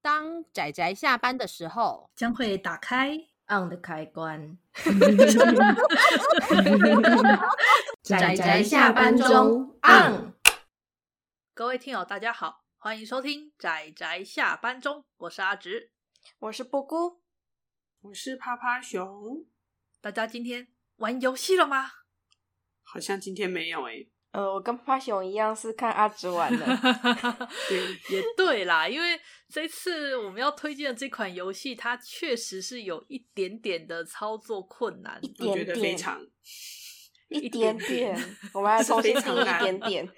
当仔仔下班的时候，将会打开 on 的开关。宅宅下班中按各位听友，大家好，欢迎收听《仔仔下班中》，我是阿直。我是布姑，我是趴趴熊，大家今天玩游戏了吗？ 好像今天没有诶、呃，我跟趴熊一样是看阿直玩的。也对啦，因为这次我们要推荐的这款游戏，它确实是有一点点的操作困难。一我觉点得非点，常一一点点点点，我们来重新非定常义一难点点。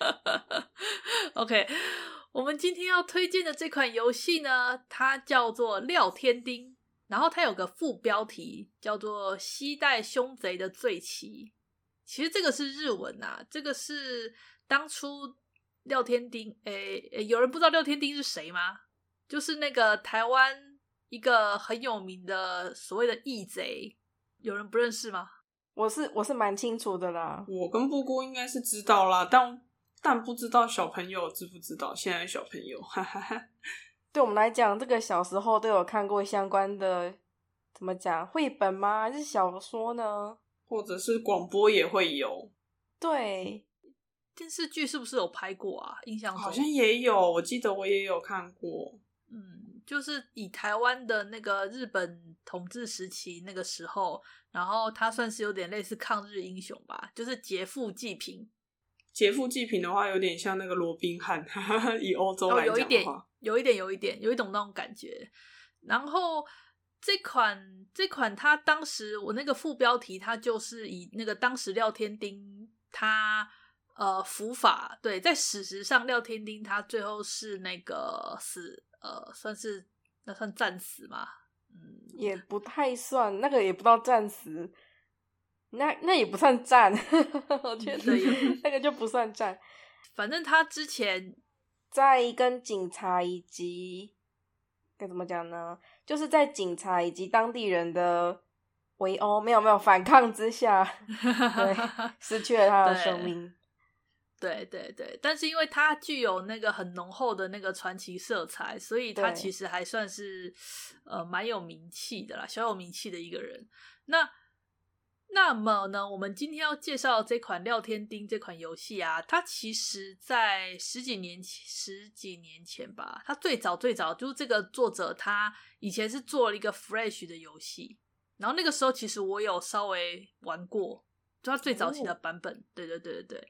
OK，我们今天要推荐的这款游戏呢，它叫做《廖天丁》，然后它有个副标题叫做《西带凶贼的罪旗》。其实这个是日文啊，这个是当初廖天丁，诶、诶有人不知道廖天丁是谁吗？就是那个台湾一个很有名的所谓的义贼，有人不认识吗？我是我是蛮清楚的啦，我跟布姑应该是知道啦，但但不知道小朋友知不知道？现在小朋友，哈哈哈。对我们来讲，这个小时候都有看过相关的，怎么讲绘本吗？还是小说呢？或者是广播也会有，对，电视剧是不是有拍过啊？印象中好像也有，我记得我也有看过。嗯，就是以台湾的那个日本统治时期那个时候，然后他算是有点类似抗日英雄吧，就是劫富济贫，劫富济贫的话，有点像那个罗宾汉，哈哈哈以欧洲哦，来有一讲的点话，，有一点，有一点，有一种那种感觉。然后这款这款，它当时我那个副标题，它就是以那个当时廖天丁他呃伏法，对，在史实上廖天丁他最后是那个死呃，算是那算战死嘛，嗯，也不太算，那个也不到战死，那那也不算 战，我觉得对也那个就不算战。反正他之前在跟警察以及该怎么讲呢？就是在警察以及当地人的围殴，没有没有反抗之下，对，失去了他的生命。对对对，但是因为它具有那个很浓厚的那个传奇色彩，所以它对其实还算是呃蛮有名气的啦，小有名气的一个人。那那么呢，我们今天要介绍这款《廖天丁》这款游戏啊，它其实在十几年前十几年前吧，它最早最早就是这个作者他以前是做了一个 Flash 的游戏，然后那个时候其实我有稍微玩过，就它最早期的版本，对对对对对。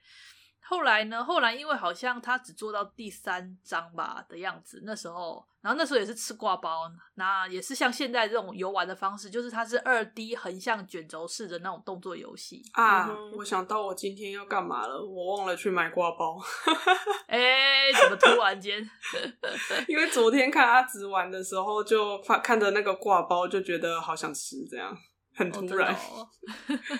后来呢？后来因为好像他只做到第三章吧的样子，那时候，然后那时候也是吃挂包，那也是像现在这种游玩的方式，就是它是二 D 横向卷轴式的那种动作游戏。啊，嗯哼我想到我今天要干嘛了，我忘了去买瓜包，哎、怎么突然间？因为昨天看阿直玩的时候，就发看着那个挂包，就觉得好想吃，这样很哦突真的然。哦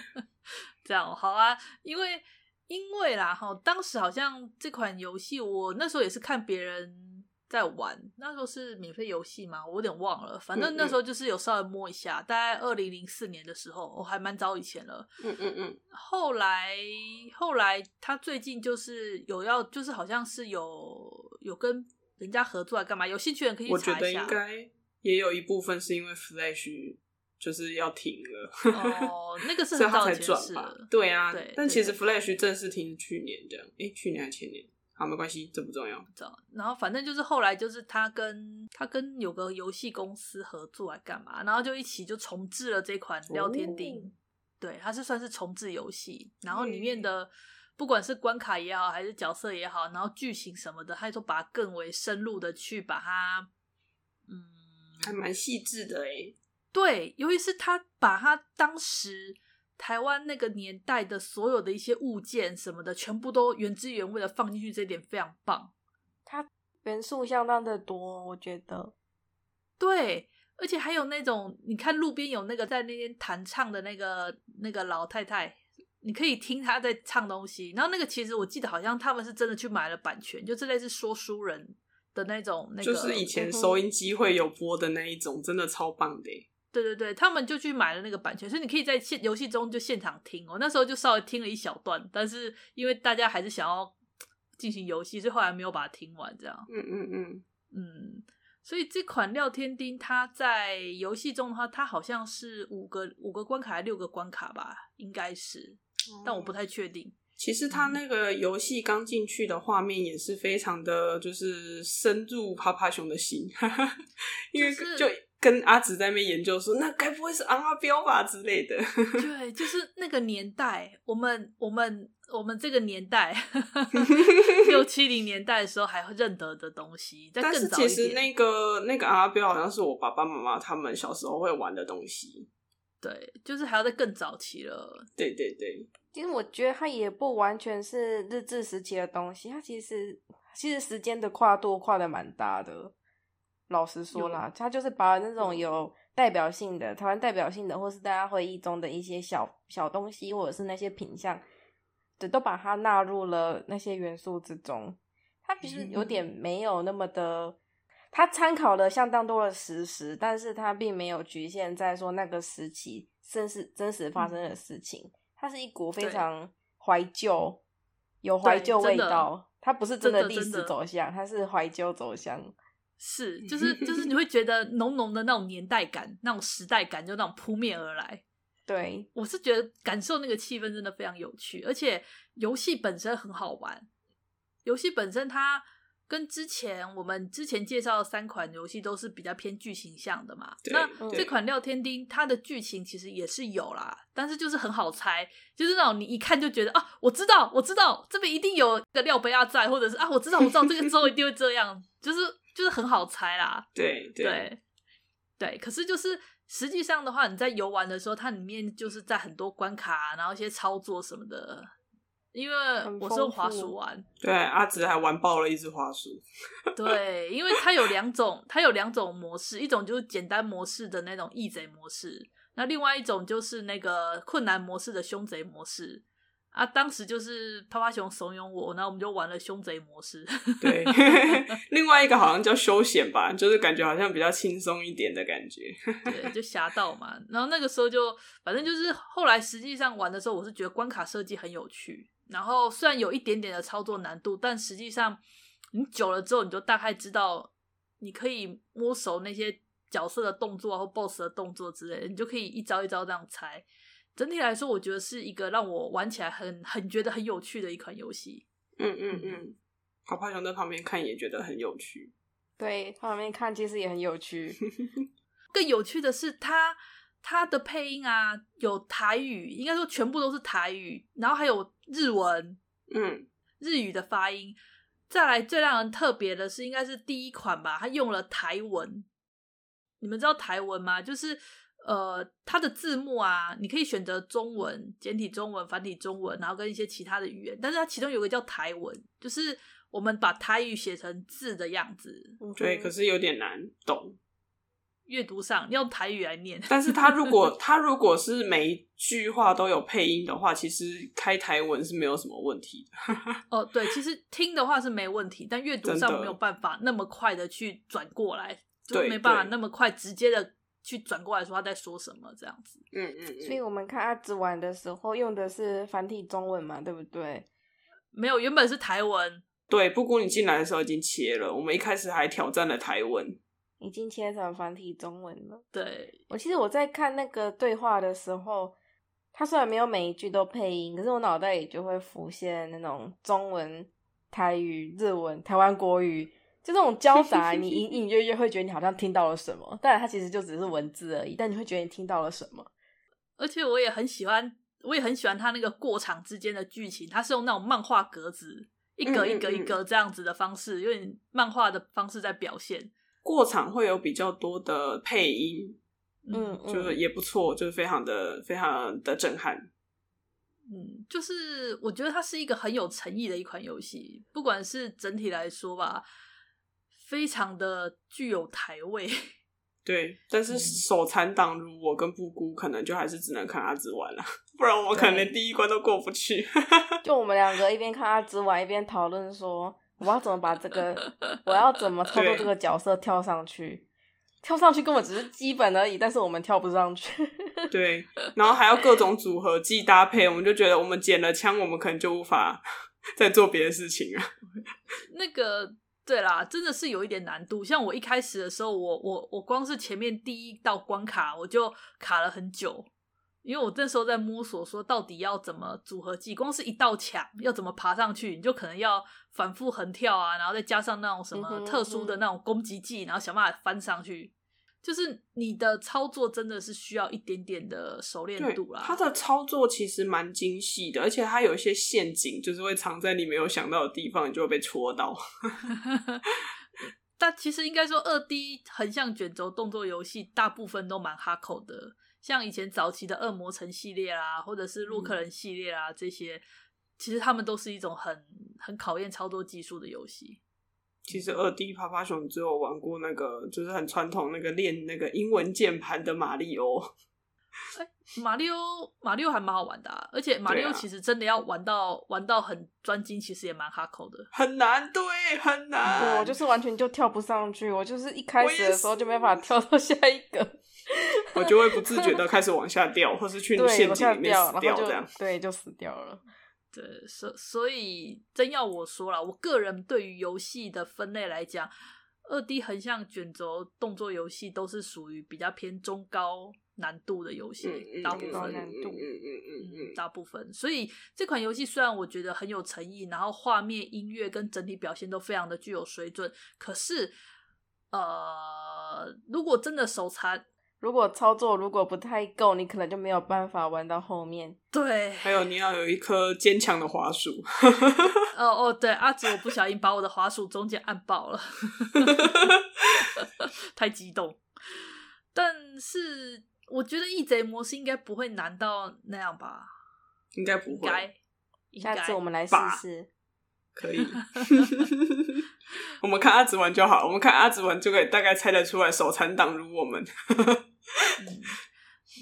这样哦好啊，因为因为啦哈，当时好像这款游戏，我那时候也是看别人在玩，那时候是免费游戏嘛，我有点忘了，反嗯正嗯那时候就是有稍微摸一下，大概二零零四年的时候，我、哦还蛮早以前了。嗯嗯嗯，后来后来他最近就是有要，就是好像是有有跟人家合作，啊干嘛？有兴趣的人可以我去觉查得一应下。啊该也有一部分是因为 Flash 就是要停了，哦， 那个是所以很它早才以前的转事吧了。。对啊，对但对其实对 Flash 正式停去年这样，诶，去年还前年，好，没关系，这不重要。然后反正就是后来就是他跟他跟有个游戏公司合作来干嘛，然后就一起就重置了这款《廖天丁》哦对，它是算是重置游戏，然后里耶面的不管是关卡也好，还是角色也好，然后剧情什么的，他都把它更为深入的去把它，嗯，还蛮细致的诶。对，尤其是他把他当时台湾那个年代的所有的一些物件什么的，全部都原汁原味的放进去，这一点非常棒。元素相当的多，我觉得。对，而且还有那种，你看路边有那个在那边弹唱的那个那个老太太，你可以听她在唱东西。然后那个其实我记得好像他们是真的去买了版权，就是类似说书人的那种那个，就是以前嗯哼收音机会有播的那一种，真的超棒的诶。对对对，他们就去买了那个版权，所以你可以在现游戏中就现场听。哦我那时候就稍微听了一小段，但是因为大家还是想要进行游戏，所以后来没有把它听完。这样，嗯嗯嗯，所以这款廖天丁，它在游戏中的话，它好像是五个五个关卡还是六个关卡吧，应该是，但我不太确定。其实嗯它那个游戏刚进去的画面也是非常的，就是深入趴趴熊的心，因为就是就跟阿紫在那边研究说，那该不会是昂阿彪吧之类的。对，就是那个年代，我们我们我们这个年代， 六七零年代的时候还会认得的东西，在但更是早一其实点，那个那个昂阿彪好像是我爸爸妈妈他们小时候会玩的东西。对，就是还要在更早期了。对对对，其实我觉得它也不完全是日治时期的东西，它其实其实时间的跨度跨的蛮大的。老实说啦，它就是把那种有代表性的台湾代表性的，或是大家回忆中的一些小小东西，或者是那些品相，对，都把它纳入了那些元素之中。它其实有点没有那么的，它参考了相当多的史实，但是它并没有局限在说那个时期真实真实发生的事情。它是一股非对常怀旧，有怀对旧真味的道。它不是真真的的历真史的走向，它是怀旧走向。是，就是就是你会觉得浓浓的那种年代感、那种时代感，就那种扑面而来。对，我是觉得感受那个气氛真的非常有趣，而且游戏本身很好玩。游戏本身它跟之前我们之前介绍的三款游戏都是比较偏剧情向的嘛。对那嗯这款《廖天丁》它的剧情其实也是有啦，但是就是很好猜，就是那种你一看就觉得啊，我知道，我知道这边一定有个廖贝亚在，或者是啊，我知道，我知道这个之后一定会这样，就是就是很好猜啦。对对对对，可是就是实际上的话，你在游玩的时候，它里面就是在很多关卡，然后一些操作什么的。因为很我是用丰滑富鼠玩， 对，阿紫还玩爆了一只花束。对，因为它有两种，它有两种模式，一种就是简单模式的那种义贼模式，那另外一种就是那个困难模式的凶贼模式。啊，当时就是趴趴熊怂恿我，然后我们就玩了凶贼模式。对， 另外一个好像叫休闲吧，就是感觉好像比较轻松一点的感觉。对，就侠盗嘛。然后那个时候就，反正就是后来实际上玩的时候，我是觉得关卡设计很有趣。然后虽然有一点点的操作难度，但实际上你久了之后，你就大概知道你可以摸熟那些角色的动作啊或 BOSS 的动作之类的，你就可以一招一招这样猜。整体来说，我觉得是一个让我玩起来很很觉得很有趣的一款游戏。嗯嗯嗯，泡泡熊在旁边看也觉得很有趣。对，旁边看其实也很有 趣。更有趣的是它，它的配音啊有台语，应该说全部都是台语，然后还有日文，嗯，日语的发音。再来最让人特别的是，应该是第一款吧，它用了台文。你们知道台文吗？就是呃，它的字幕啊，你可以选择中文、简体中文、繁体中文，然后跟一些其他的语言。但是它其中有个叫台文，就是我们把台语写成字的样子，对，嗯可是有点难懂。阅读上要用台语来念。 但是他如 果他如果是每一句话都有配音的话，其实开台文是没有什么问题的。哦，对，其实听的话是没问题，但阅读真上的没有办法那么快的去转过来，就是对没办法对那么快直接的去转过来说他在说什么这样子。嗯嗯所以我们看阿紫玩的时候用的是繁体中文嘛，对不对？没有，原本是台文，对，布谷你进来的时候已经切了，我们一开始还挑战了台文。已经切成繁体中文了。对，我其实我在看那个对话的时候，它虽然没有每一句都配音，可是我脑袋里就会浮现那种中文、台语、日文、台湾国语，就这种交杂，你 隐隐约约会觉得你好像听到了什么，但它其实就只是文字而已，但你会觉得你听到了什么。而且我也很喜欢，我也很喜欢他那个过场之间的剧情，他是用那种漫画格子一嗯格一格一格这样子的方式，有点漫画的方式在表现。过场会有比较多的配音，嗯，嗯就是也不错，就是非常的非常的震撼。嗯，就是我觉得它是一个很有诚意的一款游戏，不管是整体来说吧，非常的具有台味。对，但是手残党如我跟布谷，可能就还是只能看阿紫玩了， 不然我可能连第一关都过不去。就我们两个一边看阿芝玩，一边讨论说，我要怎么把这 个，我要怎么操作对这个角色跳上去。跳上去根本只是基本而已，但是我们跳不上去。对，然后还要各种组合技搭配，我们就觉得我 们捡了枪，我们可能就无法再做别的事情了。那个对啦，真的是有一点难度。像我一开始的时候，我我我光是前面第一道关卡我就卡了很久，因为我那时候在摸索说到底要怎么组合技，光是一道墙要怎么爬上去，你就可能要反复横跳啊，然后再加上那种什嗯么哼特殊的那种攻击技，然后想办法翻上去。就是你的操作真的是需要一点点的熟练对度啦。，它的操作其实蛮精细的，而且它有一些陷阱，就是会藏在你没有想到的地方，你就会被戳到。 但其实应该说，二 D 横向卷轴动作游戏大部分都蛮哈口的，像以前早期的《恶魔城》系列啦，或者是《洛嗯克人》系列啦，这些其实他们都是一种很很考验操作技术的游戏。其实二 D 爬爬熊只有玩过那个，就是很传统那个练那个英文键盘的马里欧，马里奥，马里奥还蛮好玩的、啊，而且马里奥对啊其实真的要玩到、玩到很专精，其实也蛮哈口的。很难，对，很难。对，我就是完全就跳不上去，我就是一开啊我也始的时候是就没办法跳到下一个，我就会不自觉的开始往下掉，或是去你对，陷往阱下里面掉，死然掉后就这样。对，就死掉了。对，所所以真要我说啦，我个人对于游戏的分类来讲，二 D 横向卷轴动作游戏都是属于比较偏中高难度的游戏，嗯嗯，大部嗯分嗯难度嗯嗯嗯嗯嗯，嗯，大部分。所以这款游戏虽然我觉得很有诚意，然后画面、音乐跟整体表现都非常的具有水准，可是，呃，如果真的手残，如果操作如果不太够，你可能就没有办法玩到后面。对，还有你要有一颗坚强的滑鼠， 哦哦，对，阿紫，我不小心把我的滑鼠中间按爆 了，太激动。但是我觉得义贼模式应该不会难到那样吧？应该不应会，该，应该。下次我们来试吧试。可以。 我们看阿紫玩就好，我们看阿紫玩就可以大概猜得出来手残党如我们。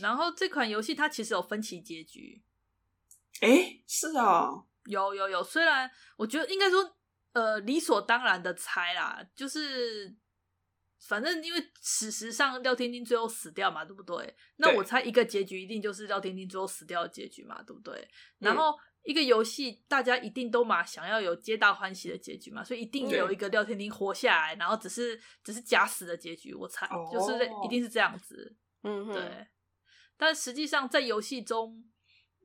然后这款游戏它其实有分歧结局，哎、是啊、有有有，虽然我觉得应该说，呃，理所当然的猜啦，就是反正因为事实上廖天丁最后死掉嘛，对不对？那对我猜一个结局一定就是廖天丁最后死掉的结局嘛，对不对？嗯然后一个游戏大家一定都嘛想要有皆大欢喜的结局嘛，所以一定对有一个廖天丁活下来，然后只是只是假死的结局，我猜哦就是这一定是这样子。嗯哼，对，但实际上在游戏中，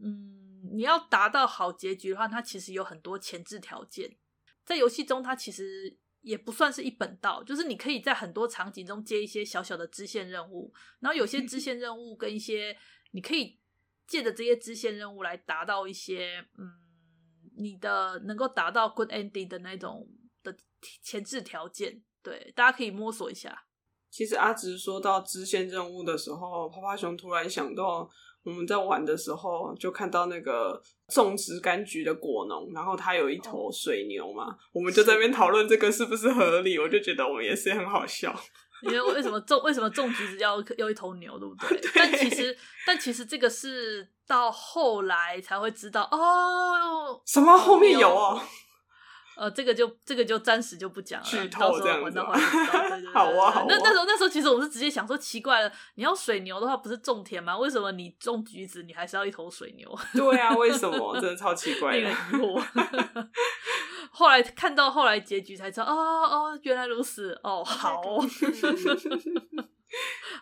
嗯，你要达到好结局的话，它其实有很多前置条件。在游戏中，它其实也不算是一本道，就是你可以在很多场景中接一些小小的支线任务，然后有些支线任务跟一些你可以借着这些支线任务来达到一些嗯你的能够达到 good ending 的那种的前置条件。对，大家可以摸索一下。其实阿直说到支线任务的时候，趴趴熊突然想到，我们在玩的时候就看到那个种植柑橘的果农，然后他有一头水牛嘛，我们就在那边讨论这个是不是合理，我就觉得我们也是很好笑。 因为为什么种为什么种橘子要要一头牛，对不 对？但其实但其实这个是到后来才会知道哦，什么后面有哦？ 呃，这个就这个就暂时就不讲了，剧透到时候这样子玩到后来就知道 对对对好啊好啊那那时候那时候其实我们是直接想说奇怪了，你要水牛的话不是种田吗？为什么你种橘子你还是要一头水牛？ 对啊，为什么？真的超奇怪令的人疑。惑。 后来看到后来结局才知道，哦哦，原来如此， 哦，好哦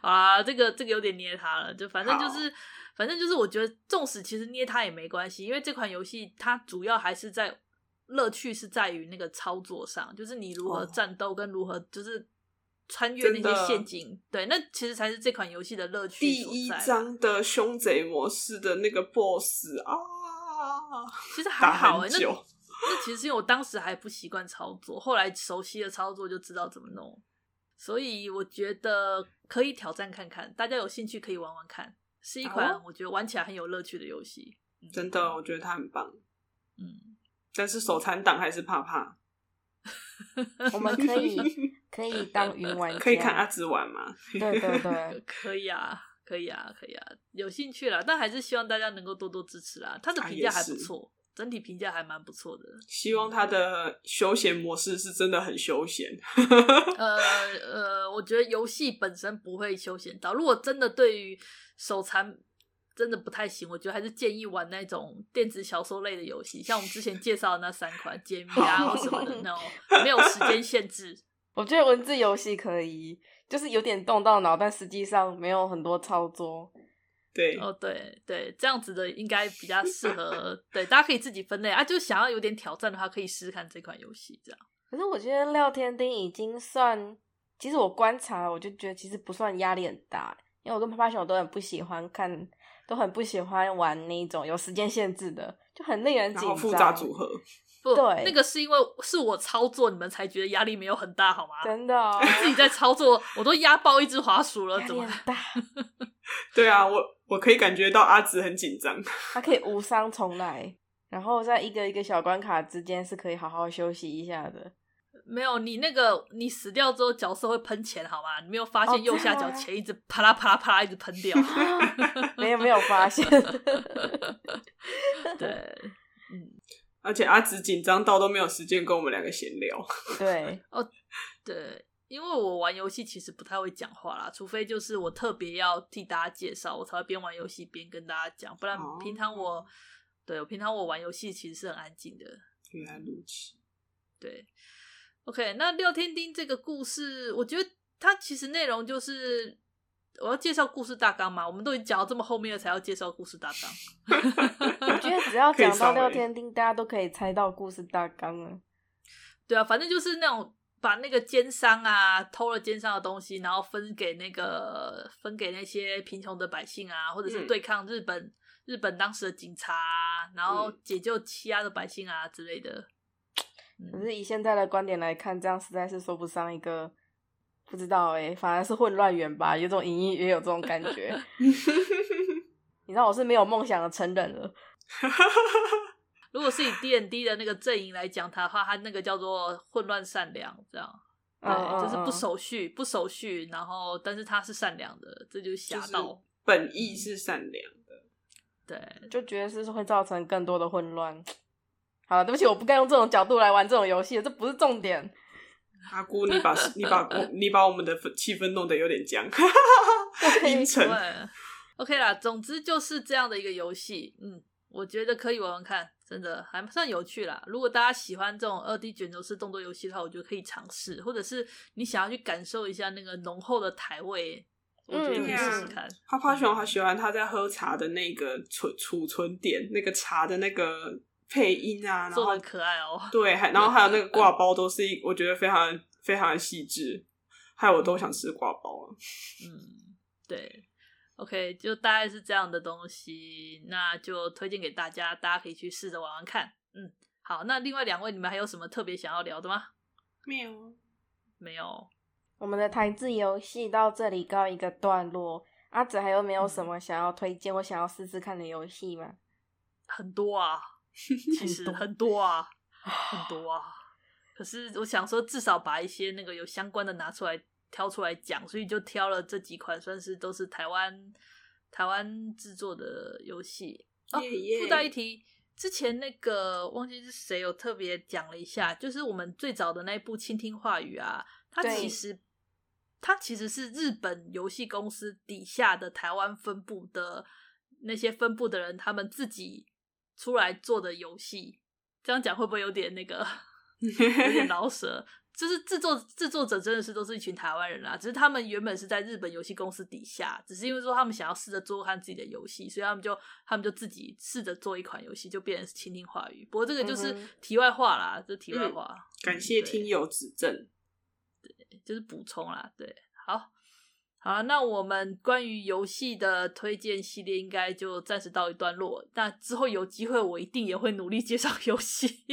好啊，这个这个有点捏他了，就反正就是，反正就是，我觉得纵使其实捏他也没关系，因为这款游戏它主要还是在乐趣是在于那个操作上，就是你如何哦战斗跟如何就是穿越那真些的陷阱，对，那其实才是这款游戏的乐趣第所一在啦章的凶贼模式的那个 BOSS 啊，其实还好哎、打很那久那其实是因为我当时还不习惯操作，后来熟悉了操作就知道怎么弄，所以我觉得可以挑战看看，大家有兴趣可以玩玩看，是一好款我觉得玩起来很有乐趣的游戏。嗯真的，哦我觉得他很棒。嗯，但是手残党还是怕怕，我们可 以可以当云玩家，可以看啊阿紫玩吗？对对 对，可以啊，可以啊，可以啊，有兴趣啦，但还是希望大家能够多多支持啦，它的啊评价也还不是错，整体评价还蛮不错的。希望他的休闲模式是真的很休闲。呃呃，我觉得游戏本身不会休闲到，如果真的对于手残真的不太行，我觉得还是建议玩那种电子小说类的游戏，像我们之前介绍的那三款解谜啊或什么的那 种，没有时间限制。我觉得文字游戏可以，就是有点动到脑，但实际上没有很多操作。对，哦，对对，这样子的应该比较适合。对，大家可以自己分类啊，就想要有点挑战的话，可以试试看这款游戏这样。可是我觉得廖天丁已经算，其实我观察，我就觉得其实不算压力很大，欸因为我跟啪啪熊都很不喜欢看，都很不喜欢玩那种有时间限制的，就很令人然紧后张。复杂组合，不，对那个是因为是我操作，你们才觉得压力没有很大，好吗？真的、 哦，自己在操作，我都压爆一只滑鼠了，压怎力么很？大， 对啊，我我可以感觉到阿紫很紧张。它可以无伤重来，然后在一个一个小关卡之间是可以好好休息一下 的。没有，你那个你死掉之后，角色会喷钱，好吗？你没有发哦现右下角对啊钱一直啪啦啪啦啪啦一直喷 掉？没有没有发现， 对，而且阿紫紧张到都没有时间跟我们两个闲聊。对，对，因为我玩游戏其实不太会讲话啦，除非就是我特别要替大家介绍，我才会边玩游戏边跟大家讲，不然哦平常我、对我平常我玩游戏其实是很安静的。原来如此，对，OK，那廖天丁这个故事，我觉得它其实内容就是我要介绍故事大纲嘛，我们都已经讲到这么后面了，才要介绍故事大纲。我觉得只要讲到可以稍微廖天丁，大家都可以猜到故事大纲了。对啊，反正就是那种把那个奸商啊偷了奸商的东西，然后分给那个分给那些贫穷的百姓啊，或者是嗯对抗日本、日本当时的警察、啊，然后嗯解救欺压的百姓啊之类的。嗯可是以现在的观点来看，这样实在是说不上一个，不知道哎、反而是混乱源吧，有种隐隐约有这种感 觉。你知道我是没有梦想的成人了，如果是以 D N D 的那个阵营来讲它的话，它那个叫做混乱善良，这样对，嗯就是不。嗯嗯守序、不守序，然后但是他是善良的，这就是就侠是盗。本意是善良的，对，就觉得是会造成更多的混乱。好了，对不起，我不该用这种角度来玩这种游戏，这不是重点。阿姑，你把你把我你把我们的氛气氛弄得有点僵，阴沉。对，OK 啦，总之就是这样的一个游戏，嗯，我觉得可以玩玩看，真的还算有趣啦。如果大家喜欢这种二 D 卷轴式动作游戏的话，我觉得可以尝试，或者是你想要去感受一下那个浓厚的台味，我觉得嗯可以试试看。哈帕嗯熊好喜欢他在喝茶的那个储储存点，那个茶的那个配音啊，然做后的可爱哦，对，还然后还有那个挂包都是一我觉得非常非常的细致，害我都想吃挂包了。嗯，对。OK，就大概是这样的东西，那就推荐给大家，大家可以去试着玩玩看。嗯，好，那另外两位，你们还有什么特别想要聊的吗？没有，哦没有，我们的台字游戏到这里告一个段落。阿紫还有没有什么想要推荐或想要试试看的游戏吗？很多 啊，其实很多啊，很多啊。可是我想说，至少把一些那个有相关的拿出来挑出来讲，所以就挑了这几款，算是都是台湾台湾制作的游戏。哦耶耶附带 一提，之前那个忘记是谁有特别讲了一下，就是我们最早的那一部《倾听话语》啊，它对其实它其实是日本游戏公司底下的台湾分部的那些分部的人，他们自己出来做的游戏。这样讲会不会有点那个？有点饶舌。就是制作制作者真的是都是一群台湾人啦，只是他们原本是在日本游戏公司底下，只是因为说他们想要试着做看自己的游戏，所以他们就他们就自己试着做一款游戏，就变成是倾听话语。不过这个就是嗯哼题外话啦，这题外话，感谢嗯对听友指正，就是补充啦。对，好，好了，那我们关于游戏的推荐系列应该就暂时到一段落。那之后有机会，我一定也会努力介绍游戏。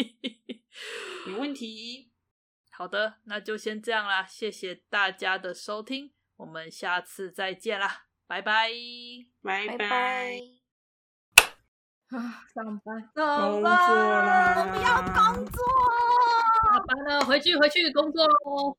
没问题，好的，那就先这样啦，谢谢大家的收听，我们下次再见啦，拜拜。拜拜拜。上班，工上作啦，下班了，回去回去工作喽。